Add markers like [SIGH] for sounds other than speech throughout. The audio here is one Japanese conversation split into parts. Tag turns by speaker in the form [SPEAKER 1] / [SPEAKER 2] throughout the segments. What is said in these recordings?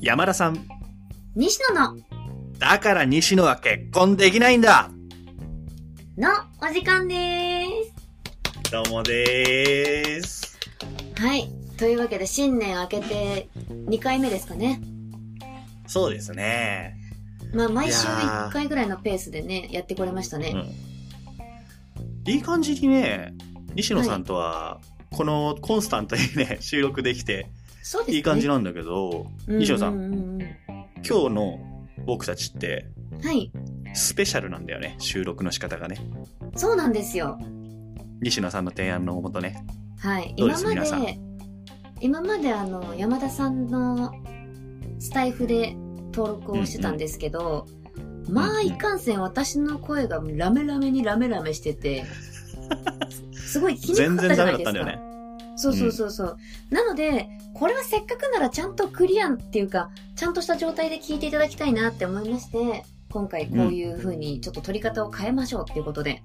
[SPEAKER 1] 山田さん、
[SPEAKER 2] 西野の、
[SPEAKER 1] だから西野は結婚できないんだ
[SPEAKER 2] のお時間で
[SPEAKER 1] どうもでーす。
[SPEAKER 2] ーす。はい。というわけで、新年明けて2回目ですかね。
[SPEAKER 1] そうですね。
[SPEAKER 2] まあ、毎週
[SPEAKER 1] いやー
[SPEAKER 2] 1回ぐらいのペースでね、やってこれました
[SPEAKER 1] う
[SPEAKER 2] ね。
[SPEAKER 1] ん。いい感じにね、西野さんとは、このコンスタントにね、 [LAUGHS] 収録できて、
[SPEAKER 2] そうですね。
[SPEAKER 1] いい感じ
[SPEAKER 2] の、
[SPEAKER 1] なんだけど、西野さん、
[SPEAKER 2] んうん
[SPEAKER 1] 今日の僕たちって、
[SPEAKER 2] はい。
[SPEAKER 1] スペシャルなんだよね、収録の仕方がね。
[SPEAKER 2] そうなんですよ。
[SPEAKER 1] 西野さんの提案のもとね。
[SPEAKER 2] はい。
[SPEAKER 1] どうで
[SPEAKER 2] 今
[SPEAKER 1] す
[SPEAKER 2] ま
[SPEAKER 1] 皆さ
[SPEAKER 2] で、今まであの、山田さんのスタイフで登録をしてたんですけど、まあ、いかんせん私の声がラメラメにラメラメして [LAUGHS] て、すごい気にく
[SPEAKER 1] 全
[SPEAKER 2] かった
[SPEAKER 1] 然
[SPEAKER 2] じゃ
[SPEAKER 1] ダメだ
[SPEAKER 2] ない
[SPEAKER 1] っ
[SPEAKER 2] で
[SPEAKER 1] た
[SPEAKER 2] す
[SPEAKER 1] んだよ
[SPEAKER 2] か。
[SPEAKER 1] ね。
[SPEAKER 2] そうそうそうそう。なので、これはせっかくならちゃんとクリアンっていうか、ちゃんとした状態で聞いていただきたいなって思いまして、今回こういう風にちょっと取り方を変えましょうっていうことで。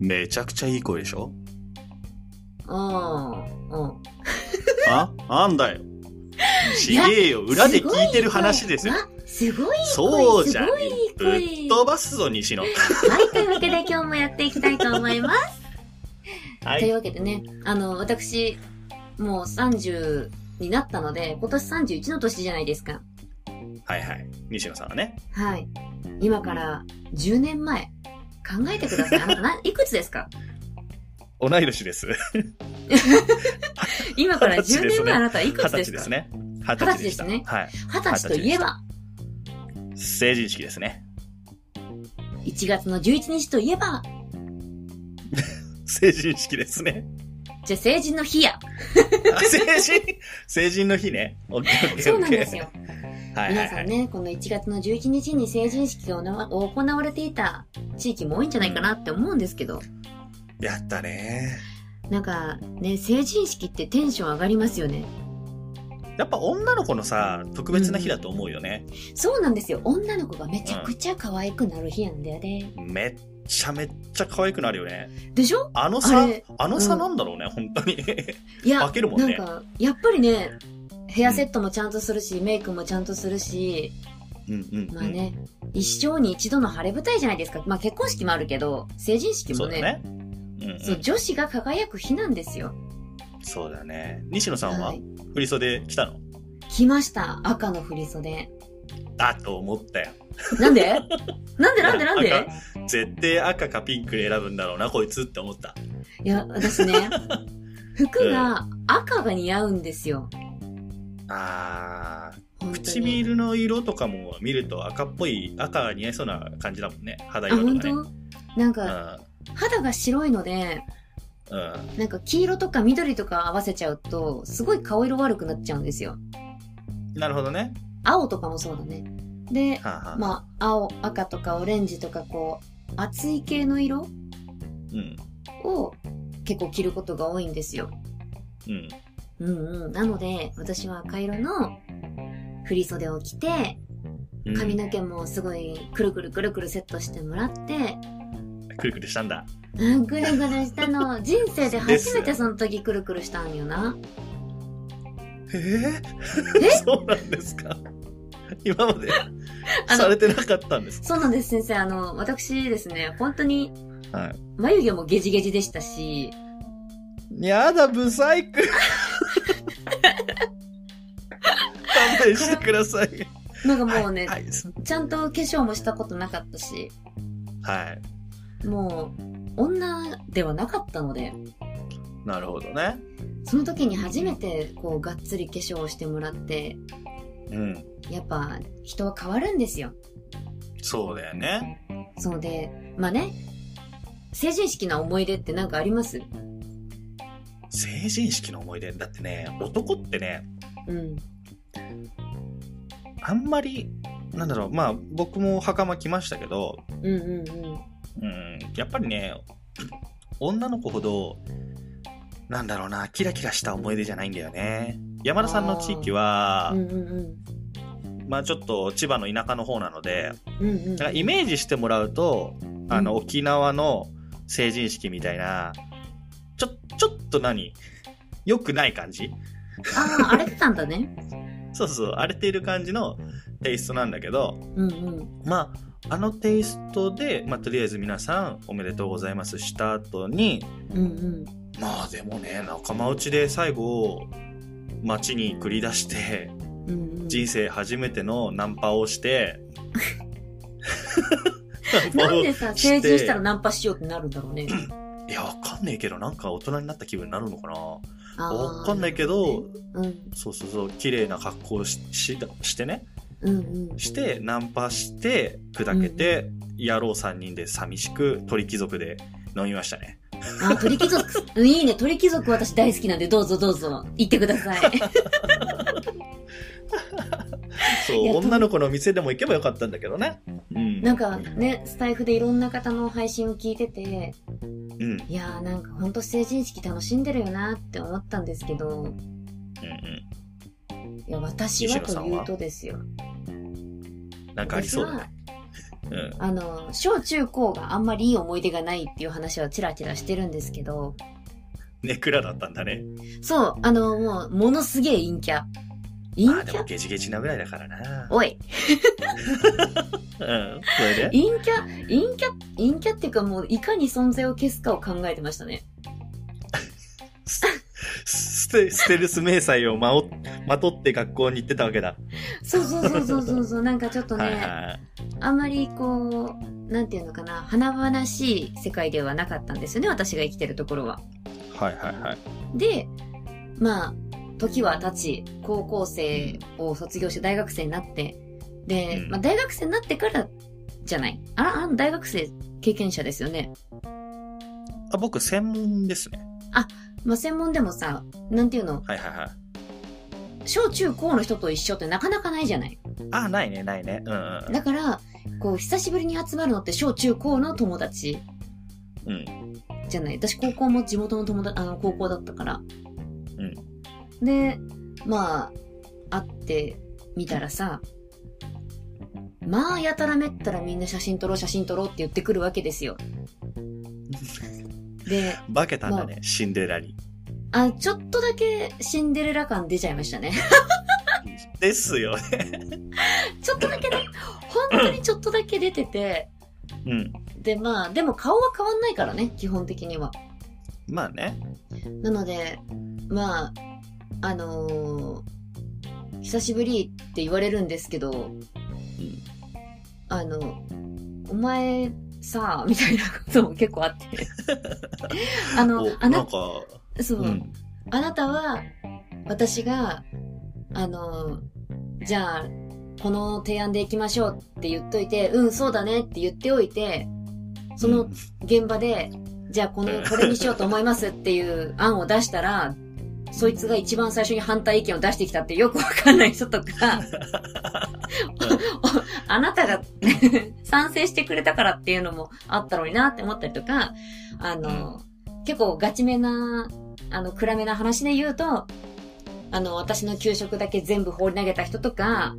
[SPEAKER 1] めちゃくちゃいい声でしょ
[SPEAKER 2] うん、うん。
[SPEAKER 1] あなんだよ。ちげえよ。裏で聞いてる話ですよ。
[SPEAKER 2] すごい声。
[SPEAKER 1] そうじゃん
[SPEAKER 2] すごい。
[SPEAKER 1] ぶっ
[SPEAKER 2] 声。
[SPEAKER 1] 飛ばすぞ、
[SPEAKER 2] [LAUGHS]
[SPEAKER 1] 西野。
[SPEAKER 2] はい、というわけで今日もやっていきたいと思います。
[SPEAKER 1] は
[SPEAKER 2] というわけでね、あの、私、もう30になったので、今年31の年じゃないですか。
[SPEAKER 1] はいはい。西野さんはね。
[SPEAKER 2] はい。今から10年前。考えてください。あなたないくつですか
[SPEAKER 1] 同い年です。
[SPEAKER 2] 今から
[SPEAKER 1] 二十歳
[SPEAKER 2] 10
[SPEAKER 1] です
[SPEAKER 2] 年
[SPEAKER 1] ね
[SPEAKER 2] 前あなたはいく
[SPEAKER 1] 二
[SPEAKER 2] つ
[SPEAKER 1] 十歳
[SPEAKER 2] ですか
[SPEAKER 1] ですね。二十
[SPEAKER 2] 十歳
[SPEAKER 1] 歳
[SPEAKER 2] で
[SPEAKER 1] で
[SPEAKER 2] し
[SPEAKER 1] したた。
[SPEAKER 2] ね
[SPEAKER 1] はい。
[SPEAKER 2] 二十歳といえば、
[SPEAKER 1] 成人式ですね。
[SPEAKER 2] 1月の11日といえば、
[SPEAKER 1] 成人式ですね。
[SPEAKER 2] じゃあ成人の日や。
[SPEAKER 1] あ成人、
[SPEAKER 2] [LAUGHS]
[SPEAKER 1] 成人の日ね。オッケーオッケーオッケー
[SPEAKER 2] そうなんですよ。。
[SPEAKER 1] [LAUGHS] はいは
[SPEAKER 2] 皆
[SPEAKER 1] いは
[SPEAKER 2] さん
[SPEAKER 1] い。
[SPEAKER 2] ね、この1月の11日に成人式が行われていた地域も多いんじゃないかなって思うんですけど、
[SPEAKER 1] やったね。
[SPEAKER 2] なんかね、成人式ってテンション上がりますよね。
[SPEAKER 1] やっぱ女の子のさ、特別な日だと思うよね。
[SPEAKER 2] そうなんですよ。女の子がめちゃくちゃ可愛くなる日なんだよね。
[SPEAKER 1] めっちゃめっちゃ可愛くなるよね。
[SPEAKER 2] でしょ
[SPEAKER 1] あの差、
[SPEAKER 2] あ
[SPEAKER 1] あ
[SPEAKER 2] れ
[SPEAKER 1] の
[SPEAKER 2] う
[SPEAKER 1] 差
[SPEAKER 2] ん
[SPEAKER 1] なんだろうね、本
[SPEAKER 2] [LAUGHS]
[SPEAKER 1] 当に。
[SPEAKER 2] いや、
[SPEAKER 1] 分けるもんね
[SPEAKER 2] なんか、やっぱりね、ヘアセットもちゃんとするし、メイクもちゃんとするし、
[SPEAKER 1] うんうん、うん。
[SPEAKER 2] まあね、一生に一度の晴れ舞台じゃないですか。まあ結婚式もあるけど、成人式
[SPEAKER 1] そう
[SPEAKER 2] も
[SPEAKER 1] だ
[SPEAKER 2] ね、
[SPEAKER 1] ね。うん、うん。
[SPEAKER 2] そう女子が輝く日なんですよ。
[SPEAKER 1] そうだね。西野さんは
[SPEAKER 2] はい、
[SPEAKER 1] 振り袖着たの、
[SPEAKER 2] 来ました、赤の振袖。
[SPEAKER 1] だと思ったよ。
[SPEAKER 2] な
[SPEAKER 1] [LAUGHS]
[SPEAKER 2] んでなんでなんでなんで
[SPEAKER 1] 赤絶対赤かピンクで選ぶんだろうな、こいつって思った。
[SPEAKER 2] いや、私
[SPEAKER 1] [LAUGHS]
[SPEAKER 2] ね、服が赤が似合うんですよ。
[SPEAKER 1] あー、
[SPEAKER 2] 本当に。
[SPEAKER 1] 唇の色とかも見ると赤っぽい、赤が似合いそうな感じだもんね。肌
[SPEAKER 2] あ、
[SPEAKER 1] 色
[SPEAKER 2] 本
[SPEAKER 1] とかね。
[SPEAKER 2] 当なんか、肌が白いので、
[SPEAKER 1] うん。うん。
[SPEAKER 2] なんか黄色とか緑とか合わせちゃうと、すごい顔色悪くなっちゃうんですよ。
[SPEAKER 1] なるほどね。
[SPEAKER 2] 青とかもそうだね。で、
[SPEAKER 1] はあ、はあ、
[SPEAKER 2] まあ、青、赤とかオレンジとか、こう、厚い系の色
[SPEAKER 1] うん。
[SPEAKER 2] を結構着ることが多いんですよ。
[SPEAKER 1] うん。
[SPEAKER 2] うんうん。なので、私は赤色の振袖を着て、
[SPEAKER 1] うん
[SPEAKER 2] 髪の毛もすごいくるくるくるくるセットしてもらって、
[SPEAKER 1] くるくるしたんだ。
[SPEAKER 2] うん、くるぐるし
[SPEAKER 1] [LAUGHS]
[SPEAKER 2] たの、人生
[SPEAKER 1] で
[SPEAKER 2] で初
[SPEAKER 1] す
[SPEAKER 2] めてその時くるくるしたんよな。
[SPEAKER 1] えー、
[SPEAKER 2] え
[SPEAKER 1] [LAUGHS] そうなんですか今まで
[SPEAKER 2] あ
[SPEAKER 1] さ
[SPEAKER 2] の、
[SPEAKER 1] れてなかったんです
[SPEAKER 2] そうなんです先生、あの、私ですね、本当に
[SPEAKER 1] かはい。
[SPEAKER 2] 眉毛もゲジゲジでしたし、
[SPEAKER 1] やだ、ブサイク勘弁してください。
[SPEAKER 2] なんかもうね、
[SPEAKER 1] はい。はいす
[SPEAKER 2] ちゃんと化粧もしたことなかったし、
[SPEAKER 1] はい
[SPEAKER 2] もう、女ではなかったので、
[SPEAKER 1] なるほどね。
[SPEAKER 2] その時に初めて、こう、がっつり化粧をしてもらって、
[SPEAKER 1] うん。
[SPEAKER 2] やっぱ、人は変わるんですよ。
[SPEAKER 1] そうだよね。
[SPEAKER 2] そうで、まあね、成人式の思い出ってなんかあります
[SPEAKER 1] 成人式の思い出。だってね、男ってね、
[SPEAKER 2] うん。
[SPEAKER 1] あんまり、なんだろう、まあ、僕も袴着ましたけど、
[SPEAKER 2] うんうんうん。
[SPEAKER 1] うん、やっぱりね、女の子ほど、なんだろうな、キラキラした思い出じゃないんだよね。山田さんの地域は、
[SPEAKER 2] うんうんうん。
[SPEAKER 1] まあちょっと千葉の田舎の方なので、
[SPEAKER 2] うんうん
[SPEAKER 1] だからイメージしてもらうと、あの、
[SPEAKER 2] うん
[SPEAKER 1] 沖縄の成人式みたいな、ちょ、ちょっと何良くない感じ
[SPEAKER 2] ああ、荒れてたんだね。
[SPEAKER 1] そうそう荒れている感じのテイストなんだけど
[SPEAKER 2] うんうん
[SPEAKER 1] まああのテイストで、まあ、とりあえず皆さんおめでとうございますした後に
[SPEAKER 2] うん
[SPEAKER 1] まあでもね仲間内で最後街に繰り出して
[SPEAKER 2] うんうんうん
[SPEAKER 1] 人生初めてのナンパをして
[SPEAKER 2] [LAUGHS]
[SPEAKER 1] ナン
[SPEAKER 2] な
[SPEAKER 1] パ
[SPEAKER 2] ん
[SPEAKER 1] を
[SPEAKER 2] でさ成人したらナンパしようってなるんだろうね
[SPEAKER 1] いやわかんねえけどなんか大人になった気分になるのかな
[SPEAKER 2] あー
[SPEAKER 1] わかんないけど
[SPEAKER 2] うん
[SPEAKER 1] そうそうそう綺麗な格好をしししてね
[SPEAKER 2] うんうん
[SPEAKER 1] してナンパして砕けて、野郎3人で寂しく鳥貴族で飲みましたね
[SPEAKER 2] あ鳥貴族 [LAUGHS] うんいいね鳥貴族私大好きなんでどうぞどうぞ行ってください
[SPEAKER 1] そ
[SPEAKER 2] いや
[SPEAKER 1] う女の子の店でも行けばよかったんだけどねうん
[SPEAKER 2] なんかねスタイフでいろんな方の配信を聞いてて
[SPEAKER 1] うんうん
[SPEAKER 2] いやーなんかほんと成人式楽しんでるよなって思ったんですけど
[SPEAKER 1] うん
[SPEAKER 2] いや私は
[SPEAKER 1] 西野さ
[SPEAKER 2] と
[SPEAKER 1] ん
[SPEAKER 2] い
[SPEAKER 1] は
[SPEAKER 2] うとですよ
[SPEAKER 1] なんかありそうだねうん
[SPEAKER 2] あの小中高があんまりいい思い出がないっていう話はチラチラしてるんですけど
[SPEAKER 1] ネクラだったんだね
[SPEAKER 2] そうあのもうものすげえ陰キャ陰
[SPEAKER 1] まあで
[SPEAKER 2] キ
[SPEAKER 1] も
[SPEAKER 2] ャ
[SPEAKER 1] ゲジゲジなぐらいだからな
[SPEAKER 2] おい
[SPEAKER 1] うんそれで
[SPEAKER 2] 陰キャ陰キャ陰キャっていうかもういかに存在を消すかを考えてましたね
[SPEAKER 1] ステステルス迷彩をまおまとって学校に行ってたわけだ。
[SPEAKER 2] そうそうそうそうそ
[SPEAKER 1] [LAUGHS]
[SPEAKER 2] うそうなんかちょっとね、
[SPEAKER 1] はいはい。
[SPEAKER 2] あんまりこうなんていうのかな華々しい世界ではなかったんですよね私が生きてるところは
[SPEAKER 1] はいはいはい。
[SPEAKER 2] でまあ時は経ち高校生を卒業して大学生になってで、
[SPEAKER 1] うん
[SPEAKER 2] まあ、大学生になってからじゃないあらあの大学生経験者ですよね、
[SPEAKER 1] あ僕、専門ですね。
[SPEAKER 2] まあ、専門でもさなんていうの
[SPEAKER 1] はいはいはい。
[SPEAKER 2] 小中高の人と一緒ってなかなかないじゃない
[SPEAKER 1] あ、ないね、ないね。うん
[SPEAKER 2] だからこう久しぶりに集まるのって小中高の友達
[SPEAKER 1] うん。うん。
[SPEAKER 2] じゃない私高校も地元の友達あの高校だったから
[SPEAKER 1] うん。
[SPEAKER 2] でまあ会ってみたらさまあやたらめったらみんな写真撮ろう写真撮ろうって言ってくるわけで
[SPEAKER 1] [LAUGHS]
[SPEAKER 2] すよで
[SPEAKER 1] 化けたんだね、シンデレラに。
[SPEAKER 2] あちょっとだけシンデレラ感出ちゃいましたね [LAUGHS]
[SPEAKER 1] ですよね。
[SPEAKER 2] ちょっとだけね本当にちょっとだけ出てて
[SPEAKER 1] うん。
[SPEAKER 2] でまあでも顔は変わんないからね基本的には
[SPEAKER 1] まあね。
[SPEAKER 2] なのでまああのー久しぶりって言われるんですけど
[SPEAKER 1] うん
[SPEAKER 2] あの、お前さ、みたいなことも結構あ
[SPEAKER 1] [LAUGHS]
[SPEAKER 2] って。あの
[SPEAKER 1] お、
[SPEAKER 2] あ
[SPEAKER 1] な、
[SPEAKER 2] なん
[SPEAKER 1] か、
[SPEAKER 2] そう、
[SPEAKER 1] うん。
[SPEAKER 2] あなたは、私が、あの、じゃあ、この提案で行きましょうって言っといて、うん、そうだねって言っておいて、その
[SPEAKER 1] うん
[SPEAKER 2] 現場で、じゃあこの、これにしようと思いますっていう [LAUGHS] 案を出したら、そいつが一番最初に反対意見を出してきたってよくわかんない人とか、あなたが [LAUGHS] 賛成してくれたからっていうのもあったのになって思ったりとか、あの、結構ガチめな、あの、暗めな話で言うと、あの、私の給食だけ全部放り投げた人とか、 [LAUGHS] あ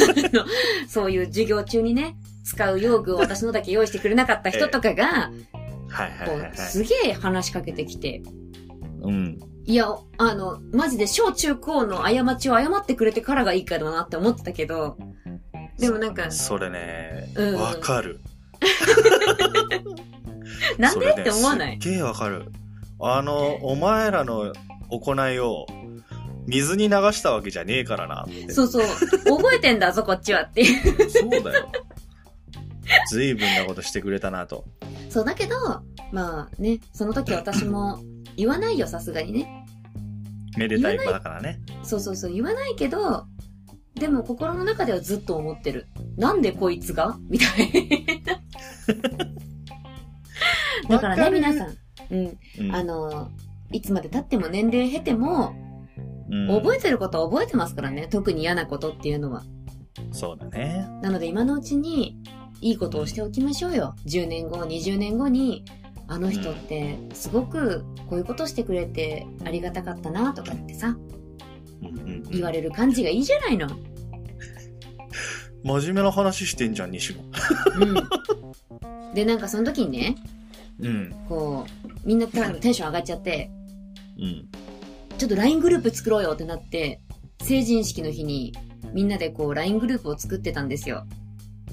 [SPEAKER 2] のそういう授業中にね、使う用具を私のだけ用意してくれなかった人とかが、
[SPEAKER 1] はいはい
[SPEAKER 2] こ、。
[SPEAKER 1] はいはいう
[SPEAKER 2] すげえ話しかけてきて、
[SPEAKER 1] うん。
[SPEAKER 2] いや、あの、マジで小中高の過ちを謝ってくれてからがいいかだなって思ってたけど、でもなんか、
[SPEAKER 1] それね
[SPEAKER 2] うん、
[SPEAKER 1] わかる。
[SPEAKER 2] なん
[SPEAKER 1] そ
[SPEAKER 2] で
[SPEAKER 1] れね
[SPEAKER 2] って思わない
[SPEAKER 1] すっげえわかる。あの、お前らの行いを、水に流したわけじゃねえからなって。
[SPEAKER 2] そうそう。覚えてんだぞ、こっちはっていう。
[SPEAKER 1] そうだよ。随分なことしてくれたなと。
[SPEAKER 2] そう、だけど、まあね、その時私も言わないよ、さすがにね。
[SPEAKER 1] めでたい場だからね。
[SPEAKER 2] そうそうそう、言わないけど、でも心の中ではずっと思ってる。なんでこいつがみたい
[SPEAKER 1] [LAUGHS]
[SPEAKER 2] な。だからね、皆さん。うん。
[SPEAKER 1] うん、
[SPEAKER 2] あの、いつまで経っても年齢経ても、
[SPEAKER 1] うん
[SPEAKER 2] 覚えてることは覚えてますからね。特に嫌なことっていうのは。
[SPEAKER 1] そうだね。
[SPEAKER 2] なので今のうちにいいことをしておきましょうよ。10年後、20年後に、あの人ってすごくこういうことしてくれてありがたかったなとかってさ、
[SPEAKER 1] うんうん
[SPEAKER 2] 言われる感じがいいじゃないの。
[SPEAKER 1] 真面目な話してんじゃん、西野。
[SPEAKER 2] うん。で、なんかその時にね、
[SPEAKER 1] うん。
[SPEAKER 2] こう、みんな多分テンション上がっちゃって、
[SPEAKER 1] うん。
[SPEAKER 2] ちょっと LINE グループ作ろうよってなって、成人式の日にみんなでこう LINE グループを作ってたんですよ。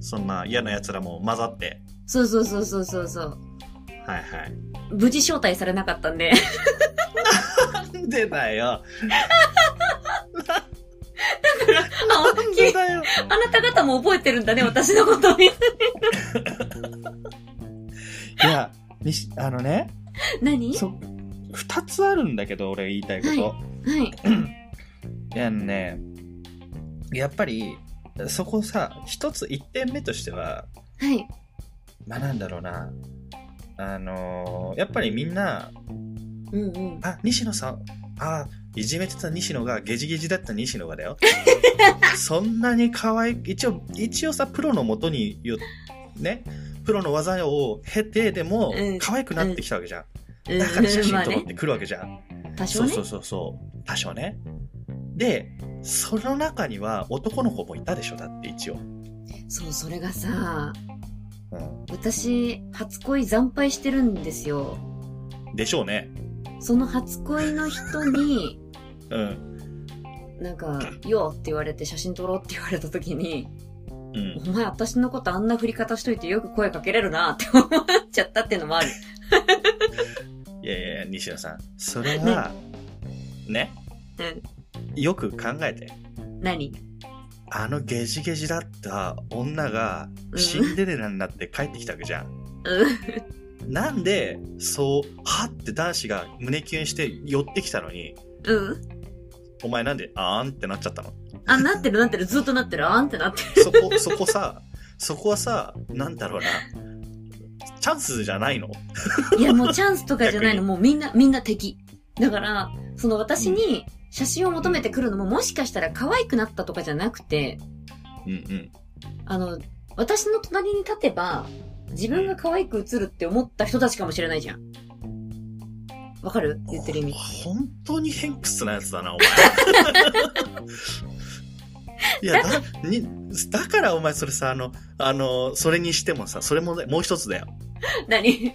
[SPEAKER 1] そんな嫌な奴らも混ざって。
[SPEAKER 2] そうそうそうそうそうそう。
[SPEAKER 1] はいはい。
[SPEAKER 2] 無事招待されなかっ
[SPEAKER 1] [LAUGHS]
[SPEAKER 2] たんで。
[SPEAKER 1] なんでだよ。
[SPEAKER 2] あ、
[SPEAKER 1] なんで
[SPEAKER 2] 君
[SPEAKER 1] だよ。
[SPEAKER 2] あなた方も覚えてるんだね、私のことに。
[SPEAKER 1] いや、にしあのね、
[SPEAKER 2] 何は
[SPEAKER 1] そ、二つあるんだけど、俺言いたいこと。
[SPEAKER 2] はいい。
[SPEAKER 1] いやね、やっぱり、そこさ、一つ、一点目としては、
[SPEAKER 2] はい。
[SPEAKER 1] まあなんだろうな、あのーやっぱりみんな、
[SPEAKER 2] うんうん。
[SPEAKER 1] あ、西野さん、あ、いじめてた西野が、ゲジゲジだった西野がだ
[SPEAKER 2] [LAUGHS]
[SPEAKER 1] よ。そんなに可愛い、一応、一応さ、プロのもとによ、ね、プロの技を経てでも
[SPEAKER 2] うん、
[SPEAKER 1] 可愛くなってきたわけじゃん。
[SPEAKER 2] うん
[SPEAKER 1] だから写真
[SPEAKER 2] まあ
[SPEAKER 1] 撮ろうっ
[SPEAKER 2] ね。
[SPEAKER 1] てくるわけじゃん。
[SPEAKER 2] 多少
[SPEAKER 1] そう
[SPEAKER 2] ね
[SPEAKER 1] そう。そうそう多少ねでその中には男の子もいたでしょだって一応、
[SPEAKER 2] そう、それがさ、
[SPEAKER 1] う
[SPEAKER 2] 私、初恋惨敗してるんですよ。
[SPEAKER 1] ん、でしょうね
[SPEAKER 2] その初恋の人に、
[SPEAKER 1] うん
[SPEAKER 2] なんか、よって言われて写真撮ろうって言われた時に、
[SPEAKER 1] う
[SPEAKER 2] お
[SPEAKER 1] ん
[SPEAKER 2] 前私のことあんな振り方しといてよく声かけれるなって思っちゃったっていうのもある。
[SPEAKER 1] いやいやいや西野さんそれはね
[SPEAKER 2] うん。
[SPEAKER 1] よく考えて
[SPEAKER 2] 何
[SPEAKER 1] あのゲジゲジだった女が
[SPEAKER 2] うん
[SPEAKER 1] シンデレラになって帰ってきたわけじゃん、
[SPEAKER 2] うん。
[SPEAKER 1] なんでそうはって男子が胸キュンして寄ってきたのに
[SPEAKER 2] うん。
[SPEAKER 1] お前なんであーんってなっちゃったの
[SPEAKER 2] あ、なってるなってる。ずっとなってる。あんってなってる。
[SPEAKER 1] そこ、 [LAUGHS] そこさ、そこはさ、なんだろうな。チャンスじゃないの
[SPEAKER 2] いや、もうチャンスとかじゃない
[SPEAKER 1] 逆
[SPEAKER 2] の。
[SPEAKER 1] に
[SPEAKER 2] もうみんな、みんな敵。だから、その私に写真を求めてくるのももしかしたら可愛くなったとかじゃなくて、
[SPEAKER 1] うんうん。
[SPEAKER 2] あの、私の隣に立てば、自分が可愛く映るって思った人たちかもしれないじゃん。わかる言ってる意味。
[SPEAKER 1] [LAUGHS] 本当に偏屈なやつだな、お
[SPEAKER 2] [LAUGHS]
[SPEAKER 1] 前。いや、だ、に、だからお前それさ、あの、あの、それにしてもさ、それもね、もう一つだよ。
[SPEAKER 2] 何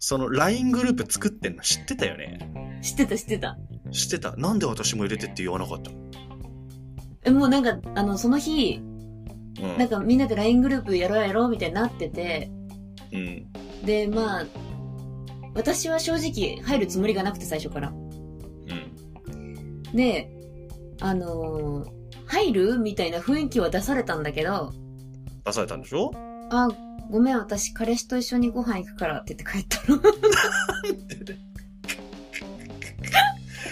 [SPEAKER 1] その LINE グループ作ってんの知ってたよね
[SPEAKER 2] 知ってた知ってた。
[SPEAKER 1] 知ってた。なんで私も入れてって言わなかったの
[SPEAKER 2] え、もうなんか、あの、その日、
[SPEAKER 1] うん。
[SPEAKER 2] なんかみんなで LINE グループやろうやろうみたいになってて、
[SPEAKER 1] うん。
[SPEAKER 2] で、まあ、私は正直入るつもりがなくて最初から。
[SPEAKER 1] うん。
[SPEAKER 2] で、あのー入るみたいな雰囲気は出されたんだけど、
[SPEAKER 1] 出されたんでしょ
[SPEAKER 2] あ、ごめん、私彼氏と一緒にご飯行くからって言って帰ったの。
[SPEAKER 1] い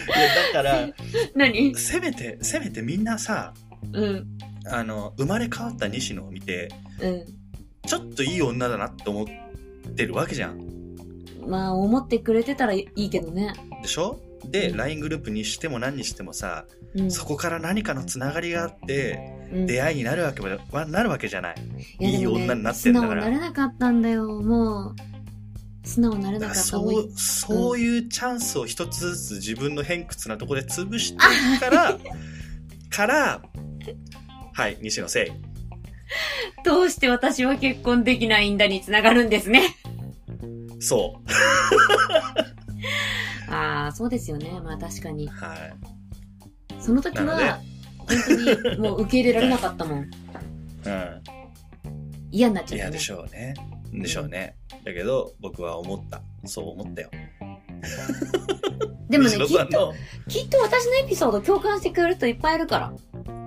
[SPEAKER 1] や、だから、
[SPEAKER 2] [LAUGHS] 何
[SPEAKER 1] [LAUGHS] せめて、せめてみんなさ、
[SPEAKER 2] うん、
[SPEAKER 1] あの、生まれ変わった西野を見て、
[SPEAKER 2] う
[SPEAKER 1] ちょっといい女だなって思ってるわけじゃん。
[SPEAKER 2] ん。まあ、思ってくれてたらいいけどね。
[SPEAKER 1] でしょで、
[SPEAKER 2] うん
[SPEAKER 1] LINE グループにしても何にしてもさ、
[SPEAKER 2] うん。
[SPEAKER 1] そこから何かのつながりがあって、
[SPEAKER 2] うん
[SPEAKER 1] 出会いになるわけははなるわけじゃない。
[SPEAKER 2] やでも
[SPEAKER 1] いい女になってんだから
[SPEAKER 2] 素直になれなかったんだよ、もう。素直になれ
[SPEAKER 1] だ
[SPEAKER 2] な
[SPEAKER 1] か
[SPEAKER 2] からった。
[SPEAKER 1] そ
[SPEAKER 2] も
[SPEAKER 1] う
[SPEAKER 2] う、
[SPEAKER 1] そういうチャンスを一つずつ自分の偏屈なとこで潰して
[SPEAKER 2] [LAUGHS]
[SPEAKER 1] から、から、はい、西野せい。
[SPEAKER 2] どうして私は結婚できないんだにつながるんですね。
[SPEAKER 1] そ
[SPEAKER 2] [LAUGHS] ああ、そうですよね。まあ確かに
[SPEAKER 1] う。。はい。
[SPEAKER 2] その時
[SPEAKER 1] なので
[SPEAKER 2] は、本当にもう受け入れられなかったもん。
[SPEAKER 1] うん。
[SPEAKER 2] 嫌になっちゃ [LAUGHS] った、ね。
[SPEAKER 1] 嫌でしょうね。でしょうね。だけど、僕は思った。そう思ったよ。
[SPEAKER 2] でもね、
[SPEAKER 1] 西野
[SPEAKER 2] き
[SPEAKER 1] さ
[SPEAKER 2] っ
[SPEAKER 1] ん
[SPEAKER 2] と、
[SPEAKER 1] の
[SPEAKER 2] きっと私のエピソード共感してくれる人いっぱいいるから。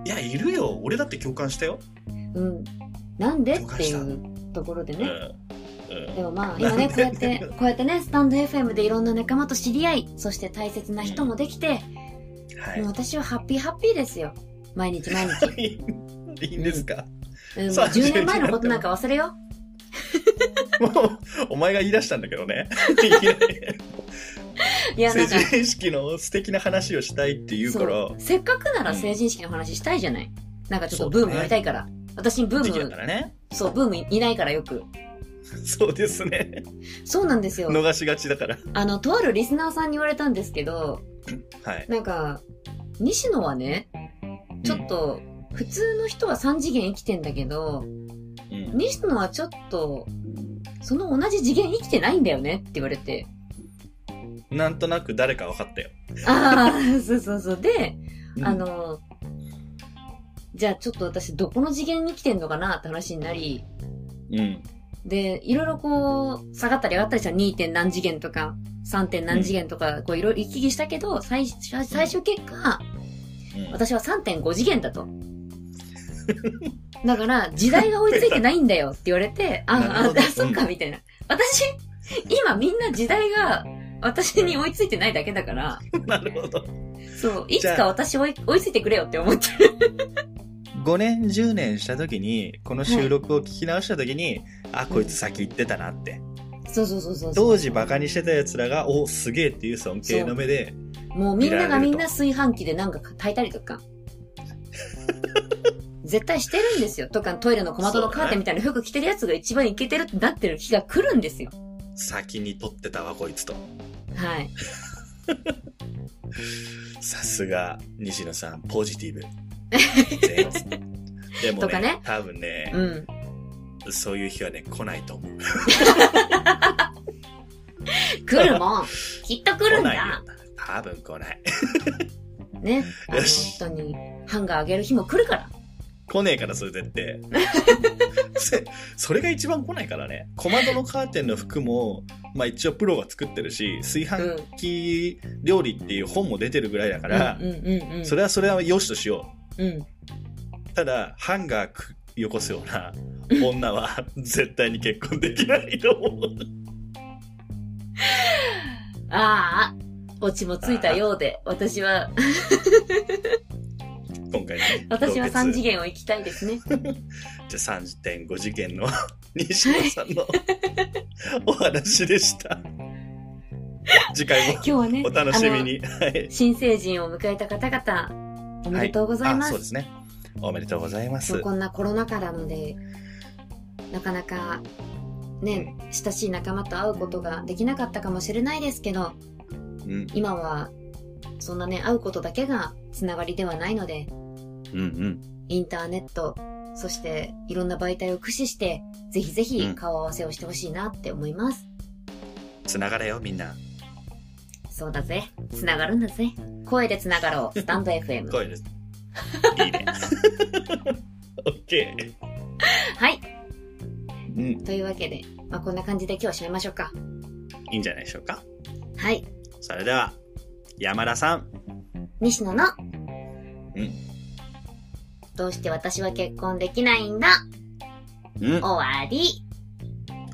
[SPEAKER 1] いや、いるよ。俺だって共感したよ。
[SPEAKER 2] うん。なんでっ
[SPEAKER 1] 共感
[SPEAKER 2] て
[SPEAKER 1] し
[SPEAKER 2] い
[SPEAKER 1] た
[SPEAKER 2] うところで
[SPEAKER 1] うん。う
[SPEAKER 2] ね。
[SPEAKER 1] ん
[SPEAKER 2] でもまあ、今
[SPEAKER 1] [LAUGHS]
[SPEAKER 2] ね、こうやって、こうやってね、スタンド FM でいろんな仲間と知り合い、そして大切な人もできて、
[SPEAKER 1] は
[SPEAKER 2] もう私はハッピーハッピーですよ。毎
[SPEAKER 1] [LAUGHS]
[SPEAKER 2] 日毎日。
[SPEAKER 1] い。いいんですか、
[SPEAKER 2] うん、もう
[SPEAKER 1] そう
[SPEAKER 2] 10年前のことなんか忘れよ
[SPEAKER 1] もう、お前が言い出したんだけど
[SPEAKER 2] [LAUGHS]
[SPEAKER 1] ね。
[SPEAKER 2] う。
[SPEAKER 1] [LAUGHS]
[SPEAKER 2] いや、な
[SPEAKER 1] 成
[SPEAKER 2] んか、
[SPEAKER 1] 人式の素敵な話をしたいって言うか
[SPEAKER 2] そ
[SPEAKER 1] ら
[SPEAKER 2] う、せっかくなら成人式の話したいじゃない。なんかちょっとブームやりたいから。私にブ
[SPEAKER 1] 時期
[SPEAKER 2] ー
[SPEAKER 1] だ
[SPEAKER 2] ム
[SPEAKER 1] か、らね。 [LAUGHS]
[SPEAKER 2] そう、ブームいないからよく。
[SPEAKER 1] そうですね。
[SPEAKER 2] そうなんですよ。
[SPEAKER 1] 逃しがちだから。
[SPEAKER 2] あの、とあるリスナーさんに言われたんですけど、
[SPEAKER 1] はい。
[SPEAKER 2] なんか、西野はね、ちょっと、普通の人は3次元生きてんだけど、
[SPEAKER 1] うん。
[SPEAKER 2] 西野はちょっと、その同じ次元生きてないんだよねって言われて。
[SPEAKER 1] なんとなく誰か分かったよ。
[SPEAKER 2] ああ、そうそうそう。で、
[SPEAKER 1] うん
[SPEAKER 2] あ、の、じゃあちょっと私どこの次元に来てんのかなって話になり、
[SPEAKER 1] うん。
[SPEAKER 2] で、いろいろこう、下がったり上がったりしたら 2. 点何次元とか、3. 点何次元とか、こういろいろ行き来したけど、最最最終結果、
[SPEAKER 1] うん
[SPEAKER 2] 私は3.5次元だと。だから、時代が追いついてないんだよって言われて、あ
[SPEAKER 1] なる
[SPEAKER 2] あ、
[SPEAKER 1] ほ
[SPEAKER 2] あ
[SPEAKER 1] ど、
[SPEAKER 2] そっか、みたいな。私、今みんな時代が私に追いついてないだけだから、
[SPEAKER 1] なるほど。
[SPEAKER 2] そう、いつ
[SPEAKER 1] じゃ
[SPEAKER 2] か
[SPEAKER 1] あ
[SPEAKER 2] 私追い追いついてくれよって思ってる。
[SPEAKER 1] 5年、10年した時に、この収録を聞き直した時に、あ、こいつ先行ってたなって。
[SPEAKER 2] そうそうそうそう。
[SPEAKER 1] 当時バカにしてた奴らが、お、すげえっていう尊敬の目で、
[SPEAKER 2] もうみんながみんな炊飯器でなんか炊いたりとか。 [LAUGHS] 絶対してるんですよ。とか、トイレの小窓のカーテンみたいな服着てるやつが一番イケてるってなってる日が来るんですよ。
[SPEAKER 1] 先に取ってたわ、こいつと。
[SPEAKER 2] はい。
[SPEAKER 1] さすが、西野さん、ポジティ
[SPEAKER 2] [LAUGHS]
[SPEAKER 1] ブ。全員でも
[SPEAKER 2] とか
[SPEAKER 1] ね、
[SPEAKER 2] ね
[SPEAKER 1] 多分ね、
[SPEAKER 2] うん。
[SPEAKER 1] そういう日はね、来ないと思う。
[SPEAKER 2] 来る [LAUGHS] もん。きっと来る
[SPEAKER 1] 来
[SPEAKER 2] ん
[SPEAKER 1] ないよ
[SPEAKER 2] だ。。
[SPEAKER 1] 多分来ない。
[SPEAKER 2] ね。あの、
[SPEAKER 1] よ
[SPEAKER 2] 本
[SPEAKER 1] し
[SPEAKER 2] 当に、ハンガーあげる日も来るから。
[SPEAKER 1] 来ねえから、それでって。せ [LAUGHS] それが一番来ないからね。小窓のカーテンの服も、まあ一応プロが作ってるし、炊飯器料理っていう本も出てるぐらいだから、
[SPEAKER 2] うんうんうん。
[SPEAKER 1] それはそれは良しとしよ
[SPEAKER 2] うん。
[SPEAKER 1] う。ただ、ハンガーくよこすような女は絶対に結婚できないと思う。
[SPEAKER 2] ああ、オチもついたようで、私
[SPEAKER 1] [LAUGHS]
[SPEAKER 2] は、
[SPEAKER 1] 今回ね。
[SPEAKER 2] 私は
[SPEAKER 1] 同
[SPEAKER 2] 3
[SPEAKER 1] 結
[SPEAKER 2] 次元を行きたいで
[SPEAKER 1] [LAUGHS]
[SPEAKER 2] すね。
[SPEAKER 1] じゃあ3.5次元の西野さん
[SPEAKER 2] [LAUGHS]
[SPEAKER 1] のお話でした。次回も
[SPEAKER 2] 今日はね、
[SPEAKER 1] お楽しみに。はい。
[SPEAKER 2] 新成人を迎えた方々、おめでとうござい
[SPEAKER 1] あ、
[SPEAKER 2] ます。
[SPEAKER 1] そうですね。おめでとうございま
[SPEAKER 2] そ
[SPEAKER 1] す
[SPEAKER 2] う。こんなコロナ禍なので、なかなか、ね、親しい仲間と会うことができなかったかもしれないですけど、
[SPEAKER 1] うん、
[SPEAKER 2] 今は、そんなね、会うことだけがつながりではないので、
[SPEAKER 1] うん、うん。
[SPEAKER 2] インターネット、そしていろんな媒体を駆使して、ぜひぜ
[SPEAKER 1] う
[SPEAKER 2] ひ
[SPEAKER 1] ん
[SPEAKER 2] 顔合わせをしてほしいなって思います。
[SPEAKER 1] つながれよ、みんな。
[SPEAKER 2] そうだぜ。つながるんだぜ。声でつなが
[SPEAKER 1] [LAUGHS]
[SPEAKER 2] ろう。スタンド FM。
[SPEAKER 1] 声です。
[SPEAKER 2] [LAUGHS]
[SPEAKER 1] いいね。 [LAUGHS] オッケー。
[SPEAKER 2] はい。
[SPEAKER 1] うん、
[SPEAKER 2] というわけで、まあ、こんな感じで今日は締めましょうか。
[SPEAKER 1] いいんじゃないでしょうか。
[SPEAKER 2] はい。
[SPEAKER 1] それでは、山田さん。
[SPEAKER 2] 西野の、
[SPEAKER 1] うん
[SPEAKER 2] どうして私は結婚できないんだ
[SPEAKER 1] うん、オ
[SPEAKER 2] 終わり。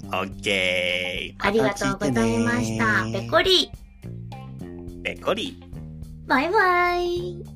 [SPEAKER 1] ッケー。
[SPEAKER 2] ありがとうございました。ぺこり。
[SPEAKER 1] ペコリ。
[SPEAKER 2] バイバイ。